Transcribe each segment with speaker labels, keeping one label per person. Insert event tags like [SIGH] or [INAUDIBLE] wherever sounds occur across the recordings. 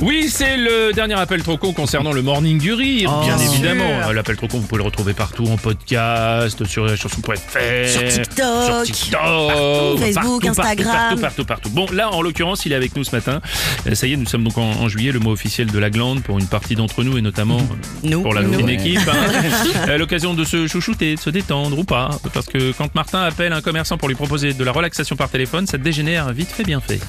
Speaker 1: Oui, c'est le dernier appel trop con concernant le morning du rire, Ah, bien évidemment. Euh, L'appel trop con, vous pouvez le retrouver partout en podcast, sur la chanson.fr, sur
Speaker 2: TikTok,
Speaker 1: Euh, sur TikTok, partout,
Speaker 2: Facebook,
Speaker 1: partout,
Speaker 2: Instagram.
Speaker 1: Partout, partout, partout. Bon, là, en l'occurrence, il est avec nous ce matin. Euh, Ça y est, nous sommes donc en, en juillet, le mois officiel de la glande pour une partie d'entre nous et notamment euh, pour la grande équipe. [LAUGHS] hein. Euh, L'occasion de se chouchouter, de se détendre ou pas. Parce que quand Martin appelle un commerçant pour lui proposer de la relaxation par téléphone, ça dégénère vite fait, bien fait.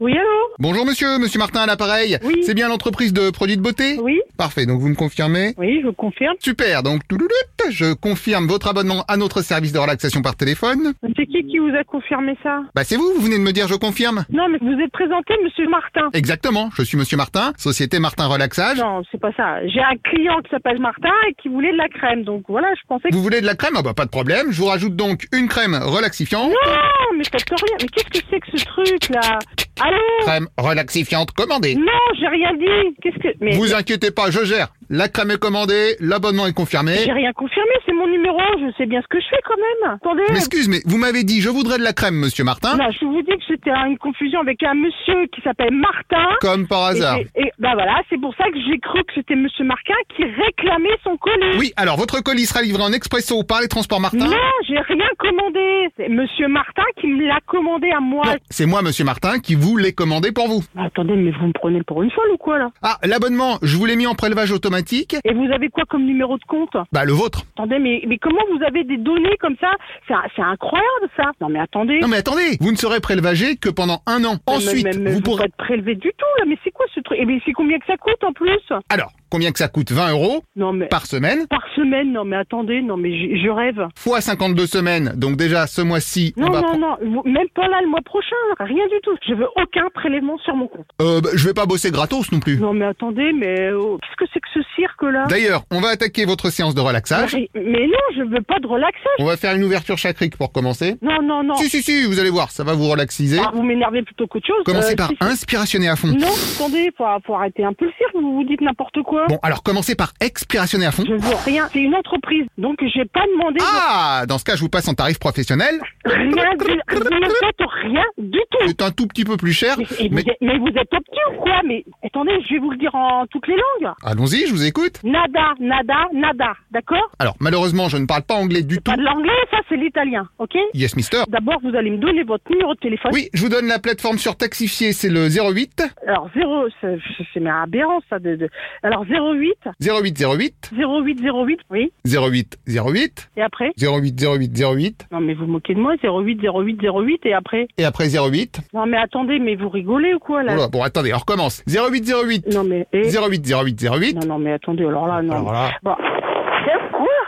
Speaker 3: Oui, allô
Speaker 4: Bonjour monsieur, monsieur Martin à l'appareil.
Speaker 3: Oui.
Speaker 4: C'est bien l'entreprise de produits de beauté
Speaker 3: Oui,
Speaker 4: Parfait, donc vous me confirmez
Speaker 3: oui, je vous confirme.
Speaker 4: Super, donc toulouloute, je confirme votre abonnement à notre service de relaxation par téléphone.
Speaker 3: C'est qui qui vous a confirmé ça
Speaker 4: Bah c'est vous, vous venez de me dire je confirme.
Speaker 3: Non, mais vous êtes présenté, monsieur Martin.
Speaker 4: Exactement, je suis monsieur Martin, société Martin Relaxage.
Speaker 3: Non, c'est pas ça. J'ai un client qui s'appelle Martin et qui voulait de la crème, donc voilà, je pensais que...
Speaker 4: Vous voulez de la crème Ah bah pas de problème, je vous rajoute donc une crème relaxifiante.
Speaker 3: Non, mais faites rien. Mais qu'est-ce que c'est que ce truc, là Allô
Speaker 4: Crème relaxifiante commandée.
Speaker 3: Non, j'ai rien dit. Qu'est-ce que... Mais
Speaker 4: Vous inquiétez pas, je gère. La crème est commandée, l'abonnement est confirmé.
Speaker 3: j'ai rien confirmé, c'est mon numéro, je sais bien ce que je fais quand même. Attendez.
Speaker 4: Mais excuse, mais vous m'avez dit je voudrais de la crème, monsieur Martin.
Speaker 3: Non, je vous dis que c'était une confusion avec un monsieur qui s'appelle Martin.
Speaker 4: Comme par
Speaker 3: Et,
Speaker 4: hasard.
Speaker 3: et- et- bah voilà, c'est pour ça que j'ai cru que c'était monsieur Martin qui réclamait son colis.
Speaker 4: Oui, alors votre colis sera livré en expresso par les transports Martin.
Speaker 3: Non, j'ai rien commandé. C'est Monsieur Martin qui me l'a commandé à moi.
Speaker 4: Non, C'est moi, monsieur Martin, qui vous l'ai commandé pour vous.
Speaker 3: Mais attendez, mais vous me prenez pour une folle ou quoi là
Speaker 4: Ah, l'abonnement, je vous l'ai mis en prélevage automatique.
Speaker 3: Et vous avez quoi comme numéro de compte
Speaker 4: Bah, le vôtre.
Speaker 3: Attendez, mais, mais comment vous avez des données comme ça C'est un- C'est incroyable ça. Non mais attendez.
Speaker 4: Non, mais attendez, vous ne serez prélevagé que pendant un an.
Speaker 3: Mais-
Speaker 4: Ensuite,
Speaker 3: mais- mais
Speaker 4: vous
Speaker 3: vous
Speaker 4: pourrez.
Speaker 3: être prélevé du tout là. Mais c'est quoi ce truc Et mais c'est combien que ça coûte en plus
Speaker 4: Alors, combien que ça coûte 20 euros
Speaker 3: Non mais
Speaker 4: par semaine,
Speaker 3: par semaine. Non mais attendez. Non mais je, je rêve.
Speaker 4: fois 52 semaines. Donc, déjà, ce mois-ci, on
Speaker 3: Non
Speaker 4: va
Speaker 3: non
Speaker 4: prendre-
Speaker 3: non. vous- Même pas là le mois prochain. Rien du tout. Je veux aucun prélèvement sur mon compte.
Speaker 4: Euh, bah, je vais pas bosser gratos non plus.
Speaker 3: Non mais attendez. Mais oh, qu'est-ce que c'est que ce cirque là
Speaker 4: D'ailleurs, on va attaquer votre séance de relaxage.
Speaker 3: mais, mais non, je veux pas de relaxage.
Speaker 4: On va faire une ouverture chakrique pour commencer.
Speaker 3: Non, non, non.
Speaker 4: Si, si, si, vous allez voir, ça va vous relaxiser.
Speaker 3: Ah, vous m'énervez plutôt qu'autre chose.
Speaker 4: Commencez
Speaker 3: Euh,
Speaker 4: par
Speaker 3: si, si.
Speaker 4: inspirationner à fond.
Speaker 3: Non, attendez, faut, faut arrêter un peu le cirque, vous vous dites n'importe quoi.
Speaker 4: Bon, alors commencez par expirationner à fond.
Speaker 3: Je veux rien, c'est une entreprise, donc j'ai pas demandé
Speaker 4: Ah Dans ce cas, je vous passe en tarif professionnel.
Speaker 3: rien, du-
Speaker 4: [LAUGHS]
Speaker 3: vous ne faites rien du tout.
Speaker 4: C'est un tout petit peu plus cher,
Speaker 3: Mais, et vous
Speaker 4: mais
Speaker 3: êtes- mais vous êtes obtus ou quoi Mais attendez, je vais vous le dire en toutes les langues.
Speaker 4: allons-y, je vous écoute.
Speaker 3: Nada, nada, nada, d'accord
Speaker 4: Alors, malheureusement, je ne parle pas anglais du tout.
Speaker 3: Pas de l'anglais, ça c'est l'italien, ok
Speaker 4: Yes, mister.
Speaker 3: D'abord, vous allez me donner votre numéro de téléphone.
Speaker 4: Oui, je vous donne la plateforme sur Taxifié, c'est le 08
Speaker 3: Alors, 0, c'est c'est- mais aberrant ça. De, de- Alors, 08,
Speaker 4: 08 08
Speaker 3: 08, 08, oui,
Speaker 4: 08 08
Speaker 3: et après
Speaker 4: 08 08 08
Speaker 3: Non mais vous moquez de moi, 08, 08, 08 et après
Speaker 4: et après 08.
Speaker 3: Non mais attendez, mais vous rigolez ou quoi là
Speaker 4: Oula, bon, attendez, on recommence. 08 08
Speaker 3: Non mais... eh,
Speaker 4: 08 08 08.
Speaker 3: Non non mais attendez, alors là, non.
Speaker 4: Alors là.
Speaker 3: Bon.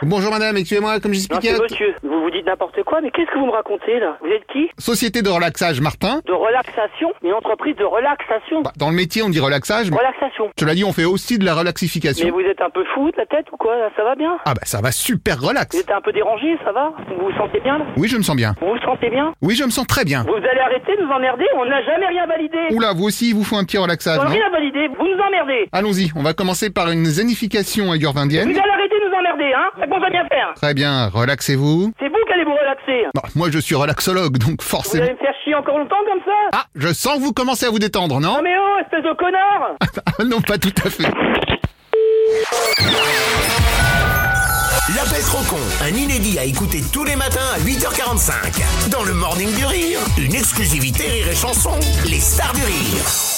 Speaker 4: Bonjour madame, excusez-moi, comme
Speaker 5: Non,
Speaker 4: j'expliquais,
Speaker 5: c'est monsieur. Vous vous dites n'importe quoi, mais qu'est-ce que vous me racontez là Vous êtes qui
Speaker 4: société de relaxage Martin.
Speaker 5: De relaxation Une entreprise de relaxation
Speaker 4: Bah, dans le métier, on dit relaxage, mais
Speaker 5: Relaxation.
Speaker 4: cela dit, on fait aussi de la
Speaker 5: Mais
Speaker 4: relaxification.
Speaker 5: vous êtes un peu fou de la tête ou quoi là Ça va bien
Speaker 4: Ah bah ça va super
Speaker 5: Vous
Speaker 4: relax.
Speaker 5: êtes un peu dérangé, ça va Vous vous sentez bien là
Speaker 4: Oui, je me sens bien.
Speaker 5: Vous vous sentez bien
Speaker 4: Oui, je me sens très bien.
Speaker 5: Vous allez arrêter de nous emmerder On n'a jamais rien validé
Speaker 4: Oula, vous aussi, il vous faut un petit relaxage,
Speaker 5: On n'a
Speaker 4: non
Speaker 5: rien validé Vous nous emmerdez
Speaker 4: Allons-y, on va commencer par une zénification
Speaker 5: Vous
Speaker 4: ayurvindienne.
Speaker 5: allez arrêter de nous emmerder, hein C'est qu'on va bien faire
Speaker 4: Très bien, relaxez-vous.
Speaker 5: C'est vous qui allez vous relaxer
Speaker 4: Bon, moi je suis relaxologue, donc
Speaker 5: Vous
Speaker 4: forcément...
Speaker 5: allez me faire chier encore longtemps comme ça
Speaker 4: Ah, je sens que vous commencez à vous détendre, non
Speaker 5: Non mais oh, espèce de connard
Speaker 4: Ah Non, pas tout à fait.
Speaker 6: L'appel trop con, un inédit à écouter tous les matins à 8h45. Dans le morning du rire, une exclusivité Rire et Chanson, les stars du rire.